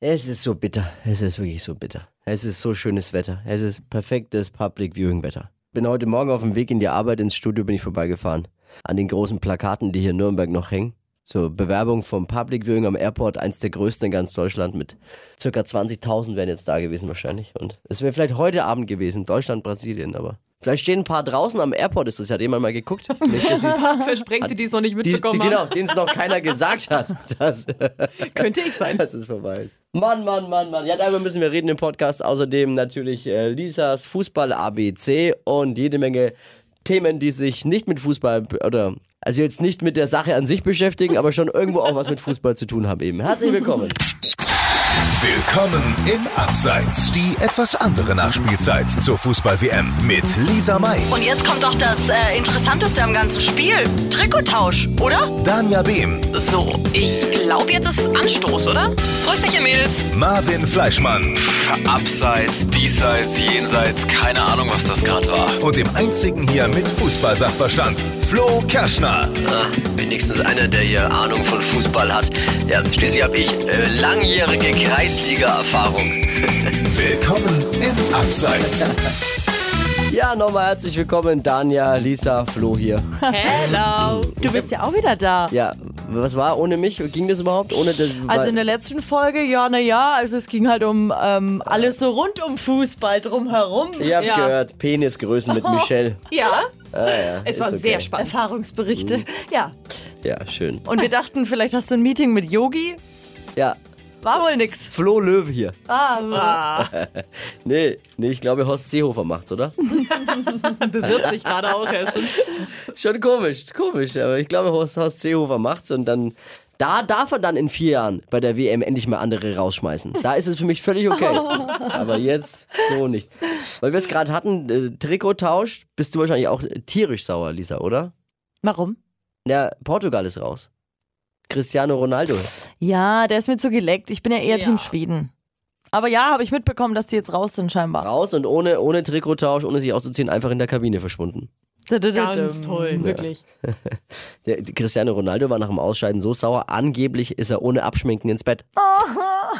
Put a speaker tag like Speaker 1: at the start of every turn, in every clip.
Speaker 1: Es ist so bitter. Es ist wirklich so bitter. Es ist so schönes Wetter. Es ist perfektes Public Viewing Wetter. Bin heute Morgen auf dem Weg in die Arbeit ins Studio bin ich vorbeigefahren. An den großen Plakaten, die hier in Nürnberg noch hängen. Zur Bewerbung vom Public Viewing am Airport, eins der größten in ganz Deutschland mit circa 20.000 wären jetzt da gewesen wahrscheinlich. Und es wäre vielleicht heute Abend gewesen, Deutschland, Brasilien, aber vielleicht stehen ein paar draußen am Airport, ist das, hat jemand mal geguckt. Nicht, dass sie's-
Speaker 2: Versprengte, die es noch nicht
Speaker 1: die, die,
Speaker 2: mitbekommen
Speaker 1: genau,
Speaker 2: haben.
Speaker 1: denen es noch keiner gesagt hat. äh, Das,
Speaker 2: Könnte ich sein.
Speaker 1: das ist vorbei. Mann, Mann, Mann, Mann. Ja, darüber müssen wir reden im Podcast. Außerdem natürlich äh, Lisas Fußball-ABC und jede Menge Themen, die sich nicht mit Fußball be- oder also jetzt nicht mit der Sache an sich beschäftigen, aber schon irgendwo auch was mit Fußball zu tun haben eben. Herzlich willkommen.
Speaker 3: Willkommen im Abseits. Die etwas andere Nachspielzeit zur Fußball-WM mit Lisa May,
Speaker 4: Und jetzt kommt doch das äh, Interessanteste am ganzen Spiel. Trikottausch, oder?
Speaker 3: Danja Behm,
Speaker 4: So, ich glaube, jetzt ist Anstoß, oder? Grüß dich, ihr Mädels.
Speaker 3: Marvin Fleischmann
Speaker 5: Abseits, diesseits, jenseits, keine Ahnung, was das gerade war.
Speaker 3: und dem einzigen hier mit Fußballsachverstand, Flo Kerschner.
Speaker 5: Ah, Wenigstens einer, der hier Ahnung von Fußball hat. Ja, schließlich habe ich äh, langjährige Kreisliga-Erfahrung.
Speaker 3: Willkommen im Abseits.
Speaker 1: Ja, nochmal herzlich willkommen, Danja, Lisa, Flo hier.
Speaker 2: Hello.
Speaker 6: Du bist ja auch wieder da.
Speaker 1: Ja, was war ohne mich? Ging das überhaupt? Ohne das,
Speaker 6: Also in der letzten Folge, ja, na ja, also es ging halt um ähm, alles so rund um Fußball drumherum.
Speaker 1: Ihr habt's
Speaker 2: Ja. Oh.
Speaker 1: gehört, Penisgrößen mit Michelle.
Speaker 6: Ja,
Speaker 1: Ah, ja,
Speaker 2: Es
Speaker 1: ist
Speaker 2: war
Speaker 1: okay.
Speaker 2: sehr spannend. Uh.
Speaker 6: Erfahrungsberichte. Ja,
Speaker 1: Ja, schön.
Speaker 6: und wir dachten, vielleicht hast du ein Meeting mit Yogi.
Speaker 1: Ja,
Speaker 6: War wohl nix.
Speaker 1: Flo Löw hier.
Speaker 6: Ah,
Speaker 1: Nee, nee, ich glaube Horst Seehofer macht's, oder?
Speaker 2: Bewirbt sich gerade auch. Ja, stimmt.
Speaker 1: Ist schon komisch, komisch, aber ich glaube Horst, Horst Seehofer macht's und dann da darf er dann in vier Jahren bei der WM endlich mal andere rausschmeißen. Da ist es für mich völlig okay. Aber jetzt so nicht. Weil wir es gerade hatten, äh, Trikottausch, bist du wahrscheinlich auch äh, tierisch sauer, Lisa, oder?
Speaker 6: Warum?
Speaker 1: Ja, Portugal ist raus. Cristiano Ronaldo.
Speaker 6: Ja, der ist mir zu geleckt. Ich bin ja eher
Speaker 2: Ja.
Speaker 6: Team Schweden. Aber ja, habe ich mitbekommen, dass die jetzt raus sind scheinbar.
Speaker 1: Raus und ohne, ohne Trikottausch, ohne sich auszuziehen, einfach in der Kabine verschwunden.
Speaker 2: Ganz toll, wirklich.
Speaker 1: Der, der Cristiano Ronaldo war nach dem Ausscheiden so sauer, angeblich ist er ohne Abschminken ins Bett.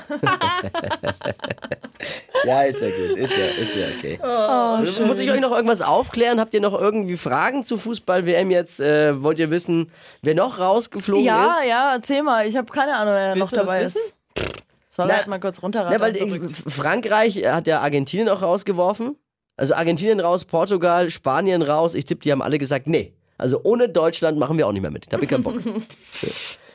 Speaker 1: ja, ist ja gut, ist ja, ist ja okay. Muss ich euch noch irgendwas aufklären? Habt ihr noch irgendwie Fragen zu Fußball-WM jetzt? Äh, wollt ihr wissen, wer noch rausgeflogen
Speaker 6: Ja,
Speaker 1: ist?
Speaker 6: ja, erzähl mal. Ich habe keine Ahnung, wer
Speaker 2: Willst
Speaker 6: noch
Speaker 2: du das
Speaker 6: dabei ist.
Speaker 2: wissen?
Speaker 6: Soll
Speaker 1: Na,
Speaker 6: er halt mal kurz runterraten.
Speaker 1: Ja, weil F- Frankreich hat ja Argentinien auch rausgeworfen. Also Argentinien raus, Portugal, Spanien raus. Ich tippe, die haben alle gesagt, nee. Also ohne Deutschland machen wir auch nicht mehr mit. Da hab ich keinen Bock. So.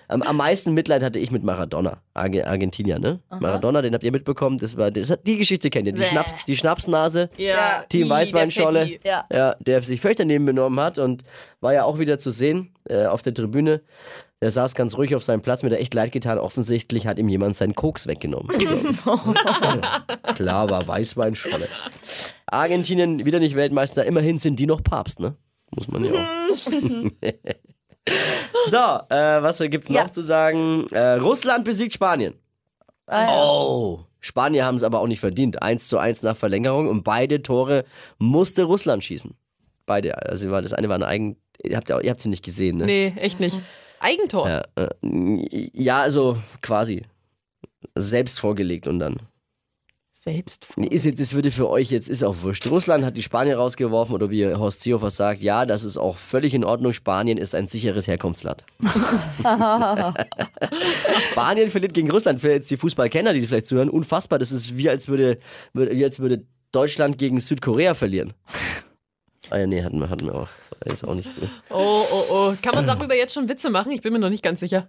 Speaker 1: am, am meisten Mitleid hatte ich mit Maradona, Arge- Argentinier, ne? Maradona, den habt ihr mitbekommen. Das war, das hat, die Geschichte kennt ihr. Die,
Speaker 6: Bäh.
Speaker 1: Schnaps, die Schnapsnase.
Speaker 2: Ja,
Speaker 1: Team
Speaker 2: i, der
Speaker 1: Weißweinscholle,
Speaker 2: Fetti.
Speaker 6: Ja.
Speaker 1: ja, der sich fürchterlich daneben benommen hat und war ja auch wieder zu sehen äh, auf der Tribüne. Der saß ganz ruhig auf seinem Platz, mir da echt leid getan. Offensichtlich hat ihm jemand seinen Koks weggenommen. Klar war Weißweinscholle. Argentinien wieder nicht Weltmeister, immerhin sind die noch Papst, ne? Muss man ja auch. so, äh, was gibt's noch
Speaker 6: Ja.
Speaker 1: zu sagen? Äh, Russland besiegt Spanien.
Speaker 6: Ah, ja.
Speaker 1: Oh. Spanier haben es aber auch nicht verdient. 1 zu 1 nach Verlängerung und beide Tore musste Russland schießen. Beide. Also war- das eine war ein Eigen. Ihr habt, ja- ihr habt sie nicht gesehen, ne?
Speaker 2: Nee, echt nicht. Eigentor.
Speaker 1: Ja, äh, ja, also quasi. Selbst vorgelegt und dann.
Speaker 2: Selbst.
Speaker 1: Nee, Ist jetzt, das würde für euch jetzt, ist auch wurscht. Russland hat die Spanier rausgeworfen oder wie Horst Seehofer sagt, ja, das ist auch völlig in Ordnung. Spanien ist ein sicheres Herkunftsland. Spanien verliert gegen Russland. Für jetzt die Fußballkenner, die vielleicht zuhören, unfassbar. Das ist wie als würde, würde, wie als würde Deutschland gegen Südkorea verlieren. Ah ja, nee, hatten wir, hatten wir auch. Ist auch nicht gut.
Speaker 2: Oh, oh, oh. Kann man darüber jetzt schon Witze machen? Ich bin mir noch nicht ganz sicher.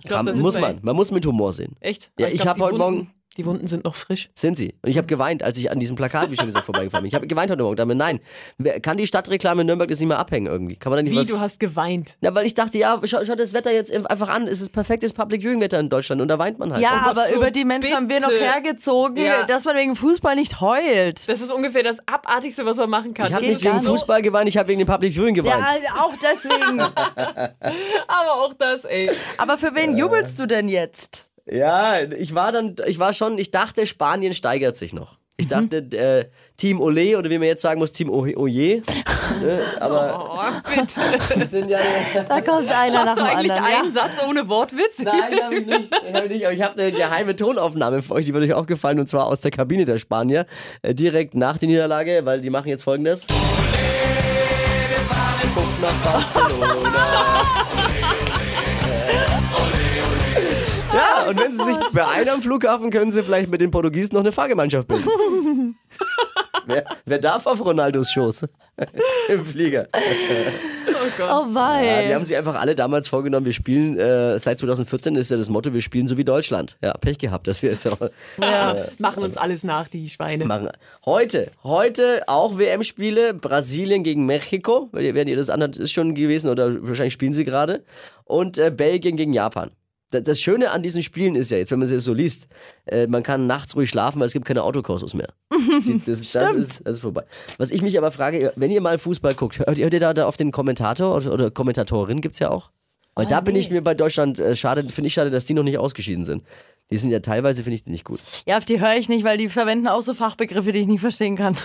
Speaker 2: Ich glaub, das ist
Speaker 1: muss
Speaker 2: bei-
Speaker 1: man. Man muss mit Humor sehen.
Speaker 2: Echt?
Speaker 1: Ja, ich
Speaker 2: glaub,
Speaker 1: hab
Speaker 2: die
Speaker 1: heute
Speaker 2: Wunden-
Speaker 1: Morgen-
Speaker 2: Die Wunden sind noch frisch.
Speaker 1: Sind sie. Und ich habe geweint, als ich an diesem Plakat, wie schon gesagt, vorbeigefahren bin. Ich habe geweint heute Morgen. Damit, nein, wer- kann die Stadtreklame in Nürnberg das nicht mehr abhängen irgendwie? Kann man da nicht
Speaker 2: Wie,
Speaker 1: was...
Speaker 2: du hast geweint.
Speaker 1: Na, weil ich dachte, ja, schau, schau das Wetter jetzt einfach an. Es ist perfektes Public Viewing Wetter in Deutschland und da weint man halt.
Speaker 6: Ja,
Speaker 2: Oh Gott,
Speaker 6: aber
Speaker 2: so
Speaker 6: über die Menschen haben wir noch
Speaker 2: bitte.
Speaker 6: hergezogen,
Speaker 2: Ja.
Speaker 6: dass man wegen Fußball nicht heult.
Speaker 2: Das ist ungefähr das Abartigste, was man machen kann.
Speaker 1: ich habe
Speaker 6: geht
Speaker 1: nicht
Speaker 6: gar
Speaker 1: wegen
Speaker 6: nicht.
Speaker 1: Fußball geweint, ich habe wegen dem Public Viewing geweint.
Speaker 6: Ja, halt. auch deswegen.
Speaker 2: Aber auch das, ey.
Speaker 6: aber für
Speaker 2: Äh.
Speaker 6: wen jubelst du denn jetzt?
Speaker 1: Ja, ich war dann, ich war schon, ich dachte, Spanien steigert sich noch. Ich Ich
Speaker 6: Mhm.
Speaker 1: dachte, äh, Team Ole oder wie man jetzt sagen muss, Team Oje. Oje. ne? Aber
Speaker 2: Oh, bitte.
Speaker 1: die sind ja.
Speaker 6: Da kommt einer nach
Speaker 2: Schaffst du
Speaker 6: dem
Speaker 2: eigentlich
Speaker 6: anderen.
Speaker 2: einen Satz ohne Wortwitz?
Speaker 1: Nein, habe ich nicht. Hab ich nicht. Aber ich habe eine geheime Tonaufnahme für euch, die wird euch auch gefallen, und zwar aus der Kabine der Spanier. Äh, direkt nach der Niederlage, weil die machen jetzt folgendes. Puff nach Barcelona. Ja, und wenn sie sich beeilen am Flughafen, können sie vielleicht mit den Portugiesen noch eine Fahrgemeinschaft bilden. wer, wer darf auf Ronaldos Schoß? Im Flieger. Ja,
Speaker 6: Oh
Speaker 1: die
Speaker 6: wei.
Speaker 1: haben sich einfach alle damals vorgenommen, wir spielen, äh, seit 2014 ist ja das Motto, wir spielen so wie Deutschland. Ja, Pech gehabt, dass wir jetzt auch
Speaker 2: Ja. Machen uns alles nach, die Schweine.
Speaker 1: machen. Heute, heute auch WM-Spiele, Brasilien gegen Mexiko, während ihr das anders ist schon gewesen oder wahrscheinlich spielen sie gerade, und äh, Belgien gegen Japan. Da- Das Schöne an diesen Spielen ist ja jetzt, wenn man sie so liest, äh, man kann nachts ruhig schlafen, weil es gibt keine Autokorsos mehr. Die- Das, das, ist, das ist vorbei. Was ich mich aber frage, wenn ihr mal Fußball guckt, hört, hört ihr da, da auf den Kommentator oder, oder Kommentatorin gibt es ja auch? Weil da bin ich mir bei Deutschland äh, schade, finde ich schade, dass die noch nicht ausgeschieden sind. Die sind ja teilweise, finde ich, nicht gut.
Speaker 6: Ja, auf die höre ich nicht, weil die verwenden auch so Fachbegriffe, die ich nicht verstehen kann.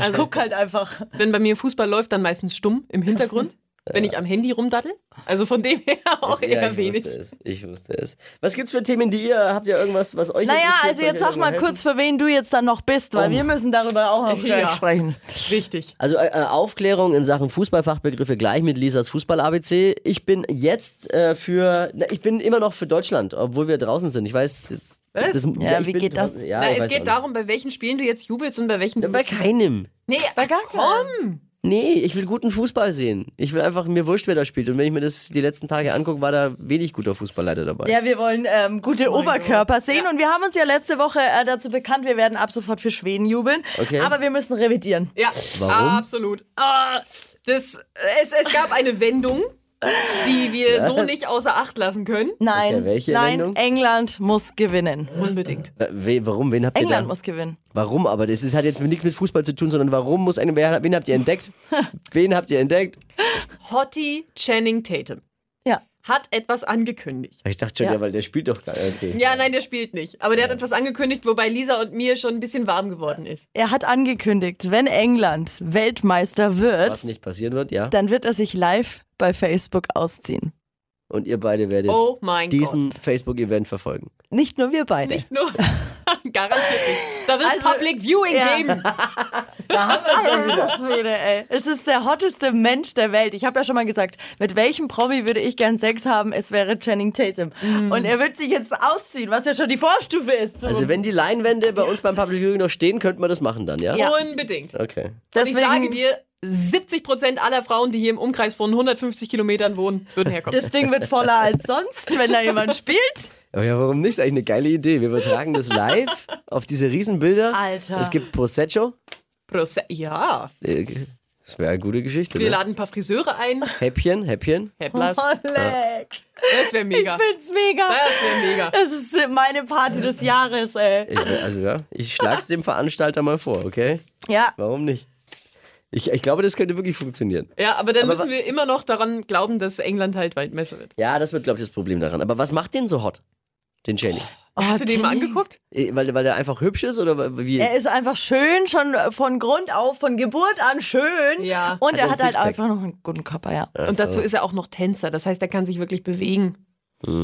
Speaker 6: Also guck halt einfach.
Speaker 2: Wenn bei mir Fußball läuft, dann meistens stumm im Hintergrund. Wenn ich am Handy rumdattel. Also von dem her
Speaker 6: Oh,
Speaker 2: auch
Speaker 1: Ja,
Speaker 2: eher
Speaker 1: ich
Speaker 2: wenig.
Speaker 1: Wusste es. Ich wusste es. Was gibt's für Themen, die ihr habt? Ihr irgendwas, was euch
Speaker 6: Naja,
Speaker 1: interessiert?
Speaker 6: also
Speaker 1: Wollt
Speaker 6: jetzt
Speaker 1: ihr
Speaker 6: sag
Speaker 1: irgendwo
Speaker 6: mal
Speaker 1: helfen?
Speaker 6: kurz, für wen du jetzt dann noch bist, weil wir müssen darüber auch noch
Speaker 2: Oh Ja.
Speaker 6: gleich sprechen.
Speaker 2: Richtig.
Speaker 1: Also äh, äh, Aufklärung in Sachen Fußballfachbegriffe gleich mit Lisas Fußball-ABC. Ich bin jetzt äh, für, na, ich bin immer noch für Deutschland, obwohl wir draußen sind. Ich weiß jetzt.
Speaker 2: Was?
Speaker 6: Ja,
Speaker 1: ich
Speaker 6: wie
Speaker 1: bin
Speaker 6: geht das?
Speaker 1: draußen. Ja,
Speaker 2: Na,
Speaker 1: ich
Speaker 2: es
Speaker 1: weiß auch
Speaker 2: geht darum, bei welchen Spielen du jetzt jubelst und bei welchen.
Speaker 1: nicht. Bei keinem.
Speaker 2: nee, bei gar komm!
Speaker 1: Nee, ich will guten Fußball sehen. Ich will einfach, mir wurscht, wer da spielt. Und wenn ich mir das die letzten Tage angucke, war da wenig guter Fußball leider dabei.
Speaker 6: Ja, wir wollen ähm, gute Oberkörper sehen und wir haben uns ja letzte Woche äh, dazu bekannt, wir werden ab sofort für Schweden jubeln,
Speaker 1: Okay.
Speaker 6: aber wir müssen revidieren.
Speaker 2: Ja,
Speaker 1: Warum?
Speaker 2: absolut. Ah, das, es, es gab eine Wendung, die wir so nicht außer Acht lassen können.
Speaker 6: Nein,
Speaker 1: Okay, welche
Speaker 6: nein,
Speaker 1: Wendung?
Speaker 6: England muss gewinnen.
Speaker 2: Unbedingt.
Speaker 1: Äh, we, warum? Wen habt ihr
Speaker 6: England
Speaker 1: da?
Speaker 6: muss gewinnen.
Speaker 1: Warum aber? Das ist, hat jetzt nichts mit Fußball zu tun, sondern warum muss eine, wer, wen habt ihr entdeckt? Wen habt ihr entdeckt?
Speaker 2: Hottie Channing Tatum
Speaker 6: Ja.
Speaker 2: hat etwas angekündigt.
Speaker 1: Ich dachte schon, ja.
Speaker 6: Ja.
Speaker 1: weil der spielt doch gar okay.
Speaker 2: Ja, nein, der spielt nicht. Aber der hat etwas angekündigt, wobei Lisa und mir schon ein bisschen warm geworden ist.
Speaker 6: Er hat angekündigt, wenn England Weltmeister
Speaker 1: Was
Speaker 6: wird,
Speaker 1: nicht passieren wird, ja.
Speaker 6: dann wird er sich live bei Facebook ausziehen.
Speaker 1: Und ihr beide werdet
Speaker 2: Oh mein
Speaker 1: diesen Facebook-Event verfolgen.
Speaker 6: Nicht nur wir beide.
Speaker 2: Nicht nur. Garantiert nicht. Da wird es
Speaker 6: Also,
Speaker 2: Public Viewing
Speaker 6: ja.
Speaker 2: geben.
Speaker 6: Alter Schwede, ey. Es ist der hotteste Mensch der Welt. Ich habe ja schon mal gesagt, mit welchem Promi würde ich gern Sex haben? Es wäre Channing Tatum. Und er wird sich jetzt ausziehen, was ja schon die Vorstufe ist.
Speaker 1: Also wenn die Leinwände bei uns beim Public Viewing noch stehen, könnten wir das machen dann, ja?
Speaker 6: Ja.
Speaker 2: Unbedingt.
Speaker 1: Okay.
Speaker 2: Und ich sage dir, 70 Prozent aller Frauen, die hier im Umkreis von 150 Kilometern wohnen, würden herkommen.
Speaker 6: das Ding wird voller als sonst, wenn da jemand spielt.
Speaker 1: Aber ja, warum nicht? Das ist eigentlich eine geile Idee. Wir übertragen das live auf diese Riesenbilder.
Speaker 6: Alter.
Speaker 1: Es gibt Prosecco.
Speaker 2: Proze- ja.
Speaker 1: Äh, Das wäre eine gute Geschichte.
Speaker 2: Wir
Speaker 1: Ne?
Speaker 2: laden ein paar Friseure ein.
Speaker 1: Häppchen, Häppchen.
Speaker 2: Häpplers.
Speaker 6: Oh, leck.
Speaker 2: Das wäre
Speaker 6: Ich
Speaker 2: mega.
Speaker 6: find's mega.
Speaker 2: Das wäre mega.
Speaker 6: Das ist meine Party des Jahres, ey.
Speaker 1: Ich, also ja, ich schlag's dem Veranstalter mal vor, okay?
Speaker 6: Ja,
Speaker 1: Warum nicht? Ich, ich glaube, das könnte wirklich funktionieren.
Speaker 2: Ja, aber dann
Speaker 1: Aber
Speaker 2: müssen
Speaker 1: wa-
Speaker 2: wir immer noch daran glauben, dass England halt Weltmesser wird.
Speaker 1: Ja, das wird, glaube ich, das Problem daran. Aber was macht den so hot? Den Channing?
Speaker 2: Oh, Hast du den mal
Speaker 6: Jenny.
Speaker 2: angeguckt?
Speaker 1: Eh, Weil, weil der einfach hübsch ist oder wa- wie?
Speaker 6: Er ist einfach schön, schon von Grund auf, von Geburt an schön.
Speaker 2: Ja.
Speaker 1: Hat
Speaker 6: Und
Speaker 1: er
Speaker 6: er
Speaker 1: ein
Speaker 6: hat halt
Speaker 1: Sixpack?
Speaker 6: einfach noch einen guten Körper, ja.
Speaker 1: Äh,
Speaker 2: Und dazu ist er auch noch Tänzer. Das heißt, er kann sich wirklich bewegen.
Speaker 1: das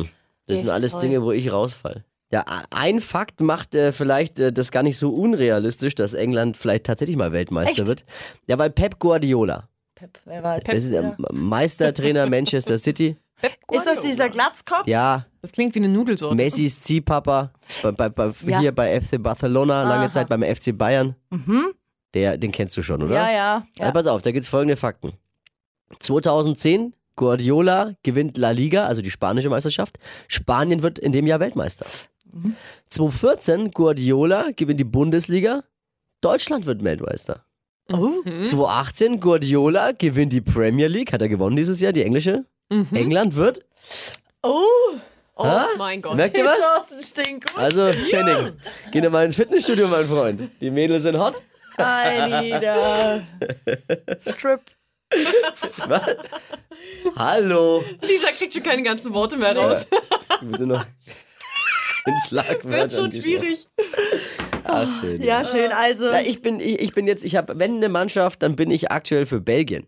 Speaker 1: sind alles Dinge, wo ich rausfall. Ja, a- ein Fakt macht äh, vielleicht äh, das gar nicht so unrealistisch, dass England vielleicht tatsächlich mal Weltmeister wird. Ja, weil Pep Guardiola,
Speaker 6: Pep, wer war
Speaker 1: das ist der M- Meistertrainer Manchester City.
Speaker 6: Ist das dieser Glatzkopf?
Speaker 1: Ja,
Speaker 2: Das klingt wie eine Nudelsorte.
Speaker 1: Messis Ziehpapa, bei, bei, bei,
Speaker 6: Ja.
Speaker 1: hier bei FC Barcelona, lange Zeit beim FC Bayern. Der, den kennst du schon, oder?
Speaker 6: Mhm. Ja, ja.
Speaker 1: Also pass auf, da gibt's folgende Fakten. 2010, Guardiola gewinnt La Liga, also die spanische Meisterschaft. Spanien wird in dem Jahr Weltmeister.
Speaker 6: Mhm.
Speaker 1: 2014, Guardiola gewinnt die Bundesliga. Deutschland wird Weltmeister.
Speaker 6: Oh.
Speaker 1: 2018, Guardiola gewinnt die Premier League. Hat er gewonnen dieses Jahr, die englische?
Speaker 6: Mhm.
Speaker 1: England wird.
Speaker 6: Oh,
Speaker 2: Oh
Speaker 1: Ha?
Speaker 2: mein Gott.
Speaker 1: Merkt
Speaker 6: die
Speaker 1: ihr was?
Speaker 6: Chancen stehen gut.
Speaker 1: Also, Channing, geh doch mal ins Fitnessstudio, mein Freund. Die Mädels sind hot.
Speaker 6: Alter. Strip.
Speaker 1: Hallo.
Speaker 2: Lisa kriegt schon keine ganzen Worte mehr raus.
Speaker 1: Bitte noch. In Schlagwörtern
Speaker 2: Wird schon
Speaker 1: gesprochen.
Speaker 2: schwierig.
Speaker 1: Ach, Ah, schön.
Speaker 6: Ja, schön. Also,
Speaker 1: Ja, ich bin, ich, ich bin jetzt, ich habe, wenn eine Mannschaft, dann bin ich aktuell für Belgien.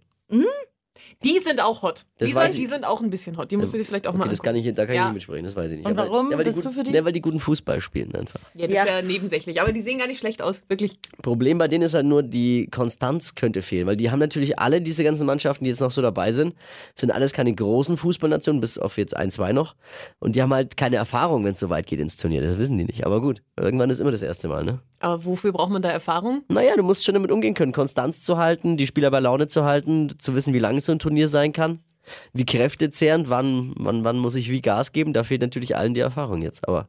Speaker 2: Die sind auch hot.
Speaker 1: Das
Speaker 2: die,
Speaker 1: weiß
Speaker 2: sind,
Speaker 1: ich.
Speaker 2: die sind auch ein bisschen hot. Die musst du dir vielleicht auch
Speaker 1: Okay,
Speaker 2: mal
Speaker 1: das kann ich, da kann ich
Speaker 2: Ja.
Speaker 1: nicht mitsprechen, das weiß ich nicht.
Speaker 6: Und
Speaker 1: Aber-
Speaker 6: warum
Speaker 1: ja, weil die
Speaker 6: bist
Speaker 1: gut-
Speaker 6: du für die?
Speaker 1: Ja, weil die guten Fußball spielen einfach.
Speaker 2: Ja, das ist ja nebensächlich. Aber die sehen gar nicht schlecht aus. Wirklich.
Speaker 1: Problem bei denen ist halt nur, die Konstanz könnte fehlen, weil die haben natürlich alle diese ganzen Mannschaften, die jetzt noch so dabei sind, sind alles keine großen Fußballnationen, bis auf jetzt ein, zwei noch. Und die haben halt keine Erfahrung, wenn es so weit geht ins Turnier. Das wissen die nicht. Aber gut, irgendwann ist immer das erste Mal, ne?
Speaker 2: Aber wofür braucht man da Erfahrung?
Speaker 1: Naja, du musst schon damit umgehen können, Konstanz zu halten, die Spieler bei Laune zu halten, zu wissen, wie lang so ein Turnier sein kann, wie kräftezehrend, wann, wann, wann muss ich wie Gas geben. Da fehlt natürlich allen die Erfahrung jetzt. Aber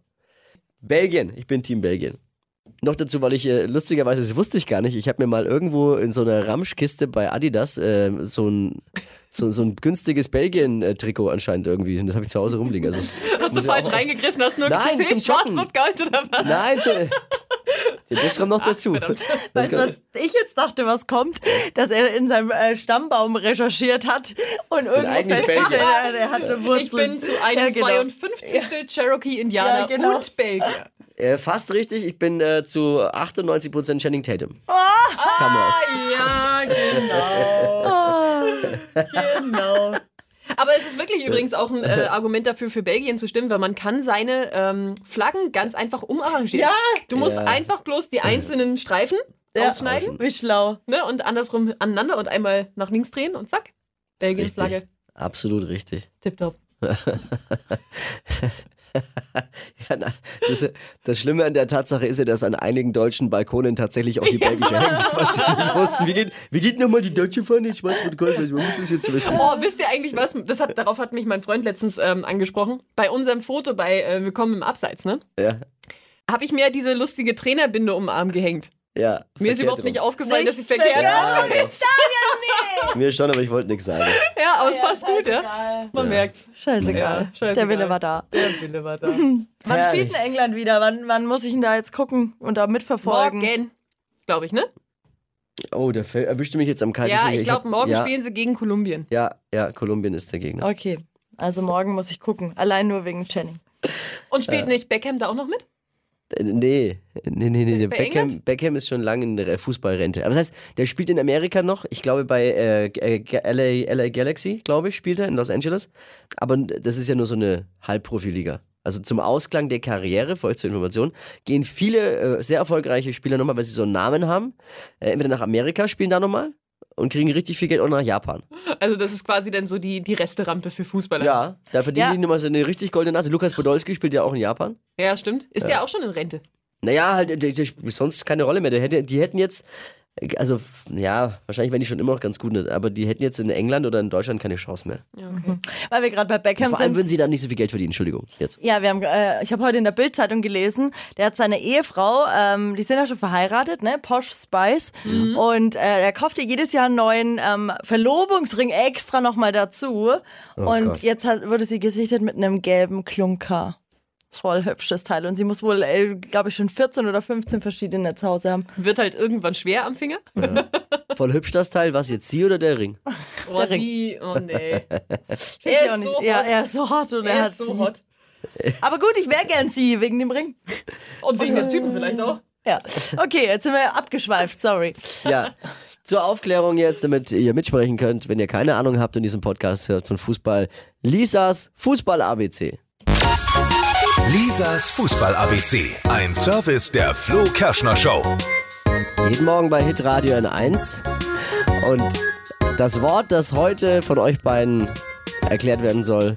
Speaker 1: Belgien, ich bin Team Belgien. Noch dazu, weil ich äh, lustigerweise, das wusste ich gar nicht, ich habe mir mal irgendwo in so einer Ramschkiste bei Adidas äh, so, ein, so, so ein günstiges Belgien-Trikot anscheinend irgendwie. Und das habe ich zu Hause rumliegen. Also,
Speaker 2: Hast du
Speaker 1: muss ich auch
Speaker 2: falsch
Speaker 1: mal-
Speaker 2: reingegriffen? Hast nur
Speaker 1: Nein, zum
Speaker 2: gesehen, schwarz
Speaker 1: Joggen.
Speaker 2: wird gold oder was?
Speaker 1: Nein, so, äh, das kommt noch dazu.
Speaker 2: verdammt.
Speaker 1: Das
Speaker 6: weißt du,
Speaker 1: kommt-
Speaker 6: was ich jetzt dachte, was kommt? Dass er in seinem äh, Stammbaum recherchiert hat und irgendwo
Speaker 1: eigentlich
Speaker 6: festgestellt
Speaker 1: Belgier.
Speaker 6: hat, er hatte
Speaker 2: Ich
Speaker 6: Wurzeln.
Speaker 2: bin zu einem
Speaker 6: Ja, genau.
Speaker 2: 52. Cherokee-Indianer
Speaker 6: Ja, genau.
Speaker 2: und Belgier.
Speaker 1: Äh, fast richtig, ich bin äh, zu 98% Channing Tatum.
Speaker 2: Oh.
Speaker 1: Come
Speaker 2: Ah,
Speaker 1: on.
Speaker 2: Ja,
Speaker 6: Ah.
Speaker 2: genau. genau. Aber es ist wirklich übrigens auch ein äh, Argument dafür, für Belgien zu stimmen, weil man kann seine ähm, Flaggen ganz einfach umarrangieren.
Speaker 6: Ja.
Speaker 2: Du musst einfach bloß die einzelnen Streifen
Speaker 6: Ja.
Speaker 2: ausschneiden
Speaker 6: Wie schlau.
Speaker 2: ne, und andersrum aneinander und einmal nach links drehen und zack, Belgiens Flagge.
Speaker 1: Absolut richtig.
Speaker 2: Tipptopp.
Speaker 1: Ja, na, das, das Schlimme an der Tatsache ist ja, dass an einigen deutschen Balkonen tatsächlich auch die belgische hängt, falls sie nicht wussten. Wie geht, wie geht nochmal die deutsche Fahne? Schwarz und Gold, man muss das jetzt wissen.
Speaker 2: Oh, wisst ihr eigentlich was? Das hat, darauf hat mich mein Freund letztens ähm, angesprochen. Bei unserem Foto bei äh, Willkommen im Abseits, ne?
Speaker 1: Ja,
Speaker 2: Habe ich mir diese lustige Trainerbinde um den Arm gehängt.
Speaker 1: ja,
Speaker 2: Mir ist überhaupt nicht aufgefallen, dass sie
Speaker 6: Nicht
Speaker 2: verkehrt
Speaker 1: verkehrt.
Speaker 2: rum ist.
Speaker 1: Mir schon, aber ich wollte nichts sagen.
Speaker 2: Ja, aber es passt gut, ja? Man merkt's.
Speaker 6: Scheißegal.
Speaker 2: Ja, scheißegal.
Speaker 6: Der Wille war da.
Speaker 2: Der Wille war da.
Speaker 6: Wann
Speaker 1: Herrlich.
Speaker 6: spielt denn England wieder? Wann, wann muss ich ihn da jetzt gucken und da mitverfolgen?
Speaker 2: Morgen. Glaube ich, ne?
Speaker 1: Oh, der Fel- erwischte mich jetzt am kalten
Speaker 2: Ja,
Speaker 1: Finger.
Speaker 2: ich
Speaker 1: hab-
Speaker 2: glaube, morgen
Speaker 1: ja,
Speaker 2: spielen sie gegen Kolumbien.
Speaker 1: Ja, ja, Kolumbien ist der Gegner.
Speaker 6: Okay, also morgen muss ich gucken. Allein nur wegen Channing.
Speaker 2: Und spielt nicht Beckham da auch noch mit?
Speaker 1: Äh, Nee, nee, nee, nee. der
Speaker 2: Bei
Speaker 1: Beckham,
Speaker 2: England?
Speaker 1: Beckham ist schon lange in der äh, Fußballrente. Aber das heißt, der spielt in Amerika noch. Ich glaube, bei äh, G- äh, LA, LA Galaxy, glaube ich, spielt er in Los Angeles. Aber das ist ja nur so eine Halbprofiliga. Also zum Ausklang der Karriere, voll zur Information, gehen viele äh, sehr erfolgreiche Spieler nochmal, weil sie so einen Namen haben, äh, entweder nach Amerika spielen da nochmal und kriegen richtig viel Geld oder nach Japan.
Speaker 2: Also, das ist quasi dann so die, die Resterampe für Fußballer.
Speaker 1: Ja, da verdienen
Speaker 6: Ja.
Speaker 1: die nochmal so eine richtig goldene Nase. Lukas Podolski spielt ja auch in Japan.
Speaker 2: ja stimmt. Ist der auch schon in Rente?
Speaker 1: Naja, halt, der, der spielt sonst keine Rolle mehr. Der hätte, die hätten jetzt, also f- ja, wahrscheinlich wären die schon immer noch ganz gut, ne? aber die hätten jetzt in England oder in Deutschland keine Chance mehr.
Speaker 2: Ja, okay.
Speaker 6: Weil wir gerade bei Beckham
Speaker 1: Vor allem
Speaker 6: sind.
Speaker 1: würden sie dann nicht so viel Geld verdienen, Entschuldigung. Jetzt.
Speaker 6: Ja, wir haben, äh, ich habe heute in der Bildzeitung gelesen, der hat seine Ehefrau, ähm, die sind ja schon verheiratet, ne? Posh Spice.
Speaker 2: Mhm.
Speaker 6: Und äh, er kauft ihr jedes Jahr einen neuen ähm, Verlobungsring extra nochmal dazu.
Speaker 2: Oh
Speaker 6: und
Speaker 1: Gott.
Speaker 6: jetzt hat, wurde sie gesichtet mit einem gelben Klunker. Voll hübsches Teil. Und sie muss wohl, äh, glaube ich, schon 14 oder 15 verschiedene zu Hause haben.
Speaker 2: Wird halt irgendwann schwer am Finger.
Speaker 1: Voll hübsch das Teil, was jetzt sie oder der Ring?
Speaker 2: Oh, sie, oh nee.
Speaker 6: Weiß
Speaker 2: er
Speaker 6: ich auch
Speaker 2: ist
Speaker 6: nicht.
Speaker 2: so hot.
Speaker 6: ja, er ist so hot und er,
Speaker 2: Er
Speaker 6: hat
Speaker 2: ist so
Speaker 6: sie.
Speaker 2: hot.
Speaker 6: Aber gut, ich wäre gern sie wegen dem Ring.
Speaker 2: Und wegen des Typen vielleicht auch.
Speaker 6: Ja. Okay, jetzt sind wir abgeschweift, sorry.
Speaker 1: Ja. Zur Aufklärung jetzt, damit ihr mitsprechen könnt, wenn ihr keine Ahnung habt und diesen Podcast hört von Fußball. Lisas Fußball-ABC.
Speaker 3: Lisas Fußball-ABC. Ein Service der Flo Kerschner Show.
Speaker 1: Jeden Morgen bei Hitradio N1. Und das Wort, das heute von euch beiden erklärt werden soll,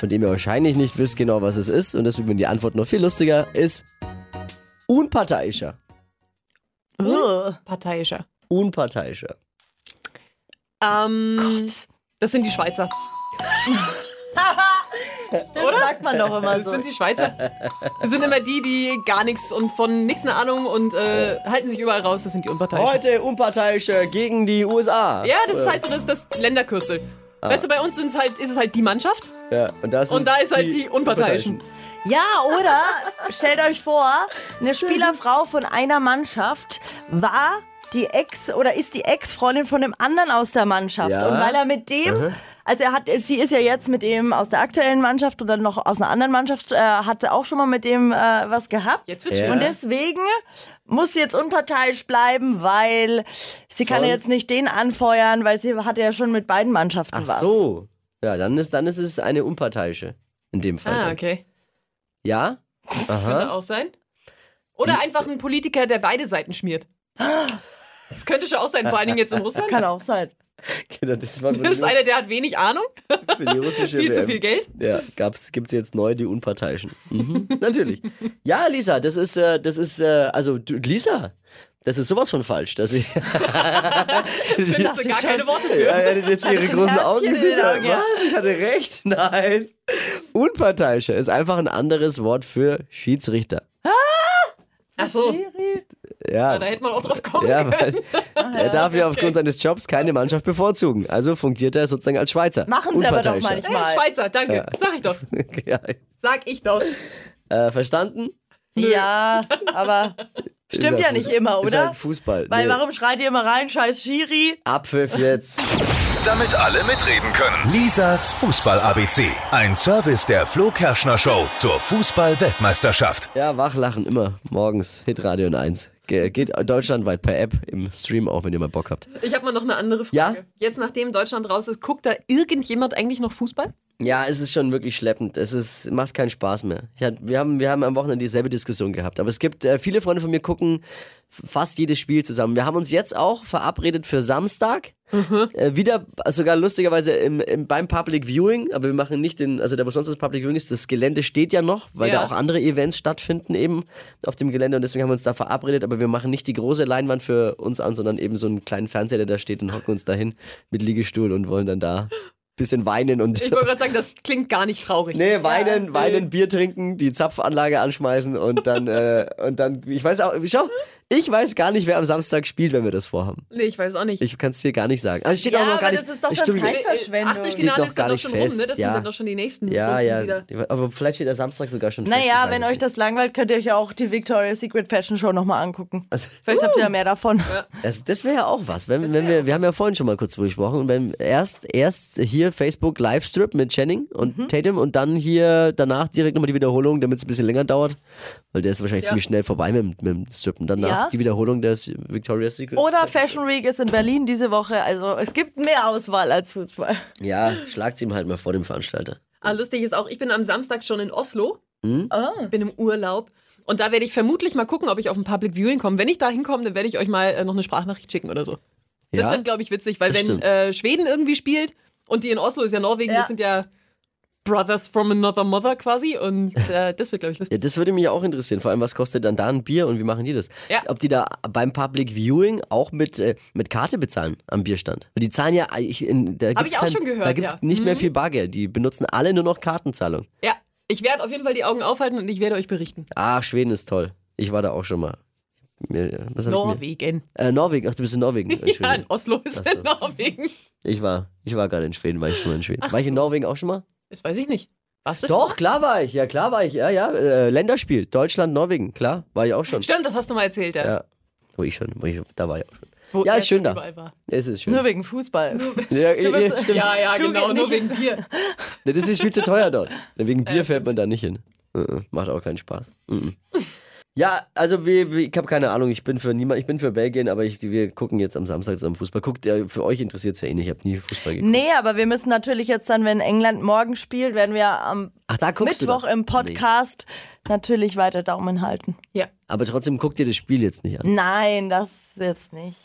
Speaker 1: von dem ihr wahrscheinlich nicht wisst genau, was es ist, und deswegen wird die Antwort noch viel lustiger, ist unparteiischer.
Speaker 6: Uh.
Speaker 2: Parteiischer.
Speaker 1: Unparteiischer.
Speaker 2: Ähm, Das sind die Schweizer.
Speaker 6: Oder? Sagt man doch immer
Speaker 2: Das
Speaker 6: so.
Speaker 2: sind die Schweizer. Das sind immer die, die gar nichts und von nichts eine Ahnung und äh, halten sich überall raus. Das sind die Unparteiischen.
Speaker 1: Heute unparteiischer gegen die USA.
Speaker 2: Ja, das ist halt so das, das Länderkürzel. Weißt du, bei uns sind's halt, ist es halt die Mannschaft.
Speaker 1: Ja, und, das
Speaker 2: Und
Speaker 1: sind
Speaker 2: da ist halt die Unparteiischen.
Speaker 6: Ja, oder stellt euch vor,
Speaker 2: Mhm.
Speaker 6: eine Spielerfrau von einer Mannschaft war die Ex oder ist die Ex-Freundin von dem anderen aus der Mannschaft.
Speaker 1: Ja.
Speaker 6: Und weil er mit dem Also er hat, sie ist ja jetzt mit ihm aus der aktuellen Mannschaft oder noch aus einer anderen Mannschaft, äh, hat sie auch schon mal mit dem äh, was gehabt.
Speaker 2: Jetzt wird's
Speaker 1: Ja.
Speaker 6: Und deswegen muss sie jetzt unparteiisch bleiben, weil sie kann ja
Speaker 1: Sonst-
Speaker 6: jetzt nicht den anfeuern, weil sie hatte ja schon mit beiden Mannschaften
Speaker 1: Ach
Speaker 6: was.
Speaker 1: so. Ja, dann ist, dann ist es eine unparteiische. In dem Fall.
Speaker 2: Ah,
Speaker 1: dann.
Speaker 2: okay.
Speaker 1: Ja?
Speaker 2: Könnte
Speaker 1: Aha.
Speaker 2: auch sein. Oder einfach ein Politiker, der beide Seiten schmiert. Das könnte schon auch sein, vor allen Dingen jetzt in Russland.
Speaker 6: Kann auch sein.
Speaker 1: Genau, das war
Speaker 2: Das ist einer, der hat wenig Ahnung,
Speaker 1: für die russische
Speaker 2: viel zu
Speaker 1: WM.
Speaker 2: viel Geld.
Speaker 1: Ja, gab's, gibt's jetzt neu die Unparteiischen. Mhm, natürlich. Ja, Lisa, das ist, äh, das ist, äh, also du, Lisa, das ist sowas von falsch, dass sie.
Speaker 2: Ich finde, das sind gar keine Worte für.
Speaker 1: Ja, ihr hättet jetzt ihre
Speaker 6: schon
Speaker 1: großen
Speaker 6: Herzchen
Speaker 1: Augen
Speaker 6: in den
Speaker 1: gesehen.
Speaker 6: Augen, ja.
Speaker 1: Was? Ich hatte recht. Nein. Unparteiischer ist einfach ein anderes Wort für Schiedsrichter.
Speaker 2: Ach so,
Speaker 1: Ja.
Speaker 2: da hätte man auch drauf kommen
Speaker 1: Ja,
Speaker 2: können.
Speaker 1: weil er darf ja aufgrund seines Jobs keine Mannschaft bevorzugen. Also fungiert er sozusagen als Schweizer.
Speaker 6: Machen sie aber doch
Speaker 1: Unparteiischer.
Speaker 6: mal nicht.
Speaker 2: Hey, Schweizer, danke. Sag ich doch.
Speaker 1: ja.
Speaker 2: Sag ich doch.
Speaker 1: äh, verstanden?
Speaker 6: Ja, aber stimmt
Speaker 1: Ist
Speaker 6: ja
Speaker 1: halt
Speaker 6: nicht
Speaker 1: Fuß-
Speaker 6: immer,
Speaker 1: Ist
Speaker 6: oder?
Speaker 1: halt Fußball.
Speaker 6: Weil
Speaker 1: nee.
Speaker 6: warum schreit ihr immer rein, scheiß Schiri?
Speaker 1: Abpfiff jetzt.
Speaker 3: Damit alle mitreden können. Lisas Fußball-ABC. Ein Service der Flo Kerschner Show zur Fußball-Weltmeisterschaft.
Speaker 1: Ja, wachlachen immer. Morgens Hitradio in 1. Ge geht deutschlandweit per App im Stream auch, wenn ihr mal Bock habt.
Speaker 2: Ich habe mal noch eine andere Frage.
Speaker 1: Ja?
Speaker 2: Jetzt, nachdem Deutschland raus ist, guckt da irgendjemand eigentlich noch Fußball?
Speaker 1: Ja, es ist schon wirklich schleppend. Es ist, macht keinen Spaß mehr. Ich hat, wir, haben, wir haben am Wochenende dieselbe Diskussion gehabt. Aber es gibt äh, viele Freunde von mir gucken f- fast jedes Spiel zusammen. Wir haben uns jetzt auch verabredet für Samstag.
Speaker 2: Mhm.
Speaker 1: Äh, wieder äh, sogar lustigerweise im, im, beim Public Viewing, aber wir machen nicht den, also da wo sonst das Public Viewing ist, das Gelände steht ja noch, weil
Speaker 2: Ja.
Speaker 1: da auch andere Events stattfinden eben auf dem Gelände und deswegen haben wir uns da verabredet, aber wir machen nicht die große Leinwand für uns an, sondern eben so einen kleinen Fernseher, der da steht und hocken uns dahin mit Liegestuhl und wollen dann da ein bisschen weinen und
Speaker 2: Ich wollte gerade sagen, das klingt gar nicht traurig.
Speaker 1: Nee, weinen, weinen, Bier trinken, die Zapfanlage anschmeißen und dann, äh, und dann, ich weiß auch, schau, ich weiß gar nicht, wer am Samstag spielt, wenn wir das vorhaben.
Speaker 2: Nee, ich weiß auch nicht.
Speaker 1: Ich kann es dir gar nicht sagen. Aber es steht
Speaker 6: Ja,
Speaker 1: auch noch gar
Speaker 6: aber
Speaker 1: nicht.
Speaker 6: das ist doch
Speaker 1: es
Speaker 6: dann
Speaker 1: stimmt-
Speaker 6: Zeit- Verschwendung.
Speaker 1: Steht
Speaker 2: Achtelfinale
Speaker 1: noch
Speaker 2: ist
Speaker 1: gar
Speaker 2: dann doch
Speaker 1: nicht
Speaker 2: schon
Speaker 1: fest,
Speaker 2: rum, ne? Das
Speaker 1: ja.
Speaker 2: sind dann doch schon die nächsten.
Speaker 1: Ja,
Speaker 2: Runden
Speaker 1: ja.
Speaker 2: Wieder.
Speaker 1: Aber vielleicht steht der Samstag sogar schon. fest,
Speaker 6: Naja,
Speaker 1: ich
Speaker 6: wenn
Speaker 1: weiß
Speaker 6: euch
Speaker 1: es nicht.
Speaker 6: das langweilt, könnt ihr euch ja auch die Victoria's Secret Fashion Show nochmal angucken.
Speaker 1: Also-
Speaker 6: Vielleicht habt ihr ja mehr davon.
Speaker 1: Das, das wäre ja auch was. Wenn, wenn wir, wir haben ja vorhin schon mal kurz drüber gesprochen. Und Wenn erst, erst hier Facebook Livestrip mit Channing und Tatum und dann hier danach direkt nochmal die Wiederholung, damit es ein bisschen länger dauert. Weil der ist wahrscheinlich ziemlich schnell vorbei mit, dem- mit dem Strippen. Danach
Speaker 6: Ja.
Speaker 1: die Wiederholung des Victoria's Secret.
Speaker 6: Oder Fashion Week ist in Berlin diese Woche. Also es gibt mehr Auswahl als Fußball.
Speaker 1: Ja, schlagt's ihm halt mal vor dem Veranstalter.
Speaker 2: Ah, lustig ist auch, ich bin am Samstag schon in Oslo.
Speaker 1: Hm?
Speaker 2: Bin im Urlaub. Und da werde ich vermutlich mal gucken, ob ich auf ein Public Viewing komme. Wenn ich da hinkomme, dann werde ich euch mal äh, noch eine Sprachnachricht schicken oder so. Das
Speaker 1: Ja?
Speaker 2: wird, glaube ich, witzig, weil
Speaker 1: Das
Speaker 2: wenn
Speaker 1: stimmt.
Speaker 2: äh, Schweden irgendwie spielt und die in Oslo ist ja Norwegen,
Speaker 6: Ja.
Speaker 2: das sind ja Brothers from another mother quasi. Und äh, das wird, glaube ich,
Speaker 1: Ja,
Speaker 2: lustig.
Speaker 1: das würde mich auch interessieren. Vor allem, was kostet dann da ein Bier und wie machen die das?
Speaker 2: Ja.
Speaker 1: Ob die da beim Public Viewing auch mit, äh, mit Karte bezahlen am Bierstand? Die zahlen ja, äh, ich, in, da gibt's
Speaker 2: ich auch
Speaker 1: kein,
Speaker 2: schon gehört,
Speaker 1: Da gibt's
Speaker 2: ja. Mhm.
Speaker 1: nicht mehr viel Bargeld. Die benutzen alle nur noch Kartenzahlung.
Speaker 2: Ja, ich werde auf jeden Fall die Augen aufhalten und ich werde euch berichten.
Speaker 1: Ah, Schweden ist toll. Ich war da auch schon mal. Mir- äh, Was hab Ich
Speaker 2: Norwegen.
Speaker 1: mir? Äh, Norwegen. Ach, du bist in Norwegen.
Speaker 2: Ja,
Speaker 1: Entschuldigung.
Speaker 2: in Oslo ist
Speaker 1: Ach so.
Speaker 2: in Norwegen.
Speaker 1: Ich war, ich war gerade in Schweden, war ich schon mal in Schweden. war ich in Norwegen auch schon mal?
Speaker 2: Das weiß ich nicht. Warst du?
Speaker 1: Doch, klar war ich. Ja, klar war ich. Ja, ja. Äh, Länderspiel. Deutschland, Norwegen. Klar, war ich auch schon.
Speaker 2: schon? Stimmt, das hast du mal erzählt, ja.
Speaker 1: Ja. Wo ich schon, wo ich, da war ich auch schon.
Speaker 2: Wo
Speaker 1: Ja,
Speaker 2: er
Speaker 1: ist schön da.
Speaker 2: überall war.
Speaker 1: Es ist schön.
Speaker 6: Nur wegen Fußball.
Speaker 1: ja, ja, ja, stimmt.
Speaker 2: Ja, ja,
Speaker 6: Du
Speaker 2: genau, nur
Speaker 6: geh nicht
Speaker 2: wegen Bier.
Speaker 1: Nee, Das ist viel zu teuer dort. Wegen Bier fährt man da nicht hin. Äh, äh, Macht auch keinen Spaß. Äh, äh. Ja, also wir, wir- ich habe keine Ahnung. Ich bin für niemand, ich bin für Belgien, aber ich, wir gucken jetzt am Samstag zusammen Fußball. Guckt, äh, für euch interessiert es ja eh nicht. Ich habe nie Fußball geguckt.
Speaker 6: Nee, aber wir müssen natürlich jetzt dann, wenn England morgen spielt, werden wir am
Speaker 1: Ach, da guckst
Speaker 6: Mittwoch
Speaker 1: du. doch.
Speaker 6: im Podcast natürlich weiter Daumen halten.
Speaker 2: Ja.
Speaker 1: Aber trotzdem guckt ihr das Spiel jetzt nicht an.
Speaker 6: Nein, das jetzt nicht.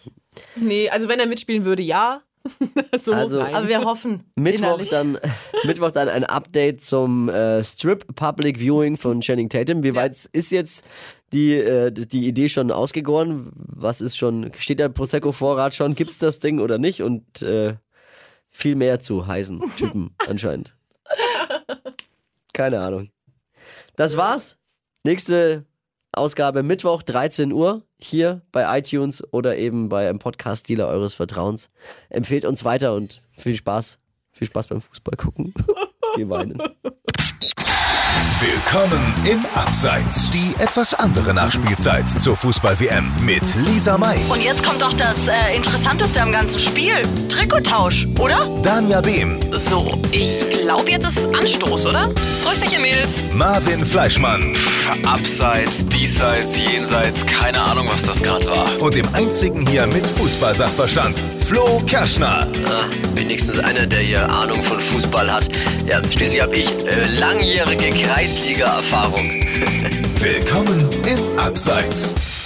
Speaker 2: Nee, also wenn er mitspielen würde, ja. so
Speaker 1: Also-
Speaker 2: nein.
Speaker 6: Aber wir hoffen.
Speaker 1: Mittwoch
Speaker 6: innerlich.
Speaker 1: dann, Mittwoch dann ein Update zum äh, Strip Public Viewing von Channing Tatum. Wie weit ist jetzt die, äh, die Idee schon ausgegoren? Was ist schon, steht der Prosecco-Vorrat schon? Gibt's das Ding oder nicht? Und äh, viel mehr zu heißen Typen anscheinend. Keine Ahnung. Das war's. Nächste Ausgabe Mittwoch, 13 Uhr, hier bei iTunes oder eben bei einem Podcast-Dealer eures Vertrauens. Empfehlt uns weiter und viel Spaß. Viel Spaß beim Fußball gucken. Ich geh weinen.
Speaker 3: Willkommen im Abseits. Die etwas andere Nachspielzeit zur Fußball-WM mit Lisa May,
Speaker 6: Und jetzt kommt doch das äh, Interessanteste am ganzen Spiel. Trikottausch, oder?
Speaker 3: Danja Behm,
Speaker 7: So, ich glaube, jetzt ist Anstoß, oder? Grüß dich, ihr Mädels.
Speaker 3: Marvin Fleischmann
Speaker 5: Abseits, diesseits, jenseits, keine Ahnung, was das gerade war.
Speaker 3: und dem einzigen hier mit Fußballsachverstand, Flo Kerschner.
Speaker 5: Ah, wenigstens einer, der hier Ahnung von Fußball hat. Ja, schließlich habe ich äh, langjährige Kreisliga-Erfahrung.
Speaker 3: Willkommen im Abseits.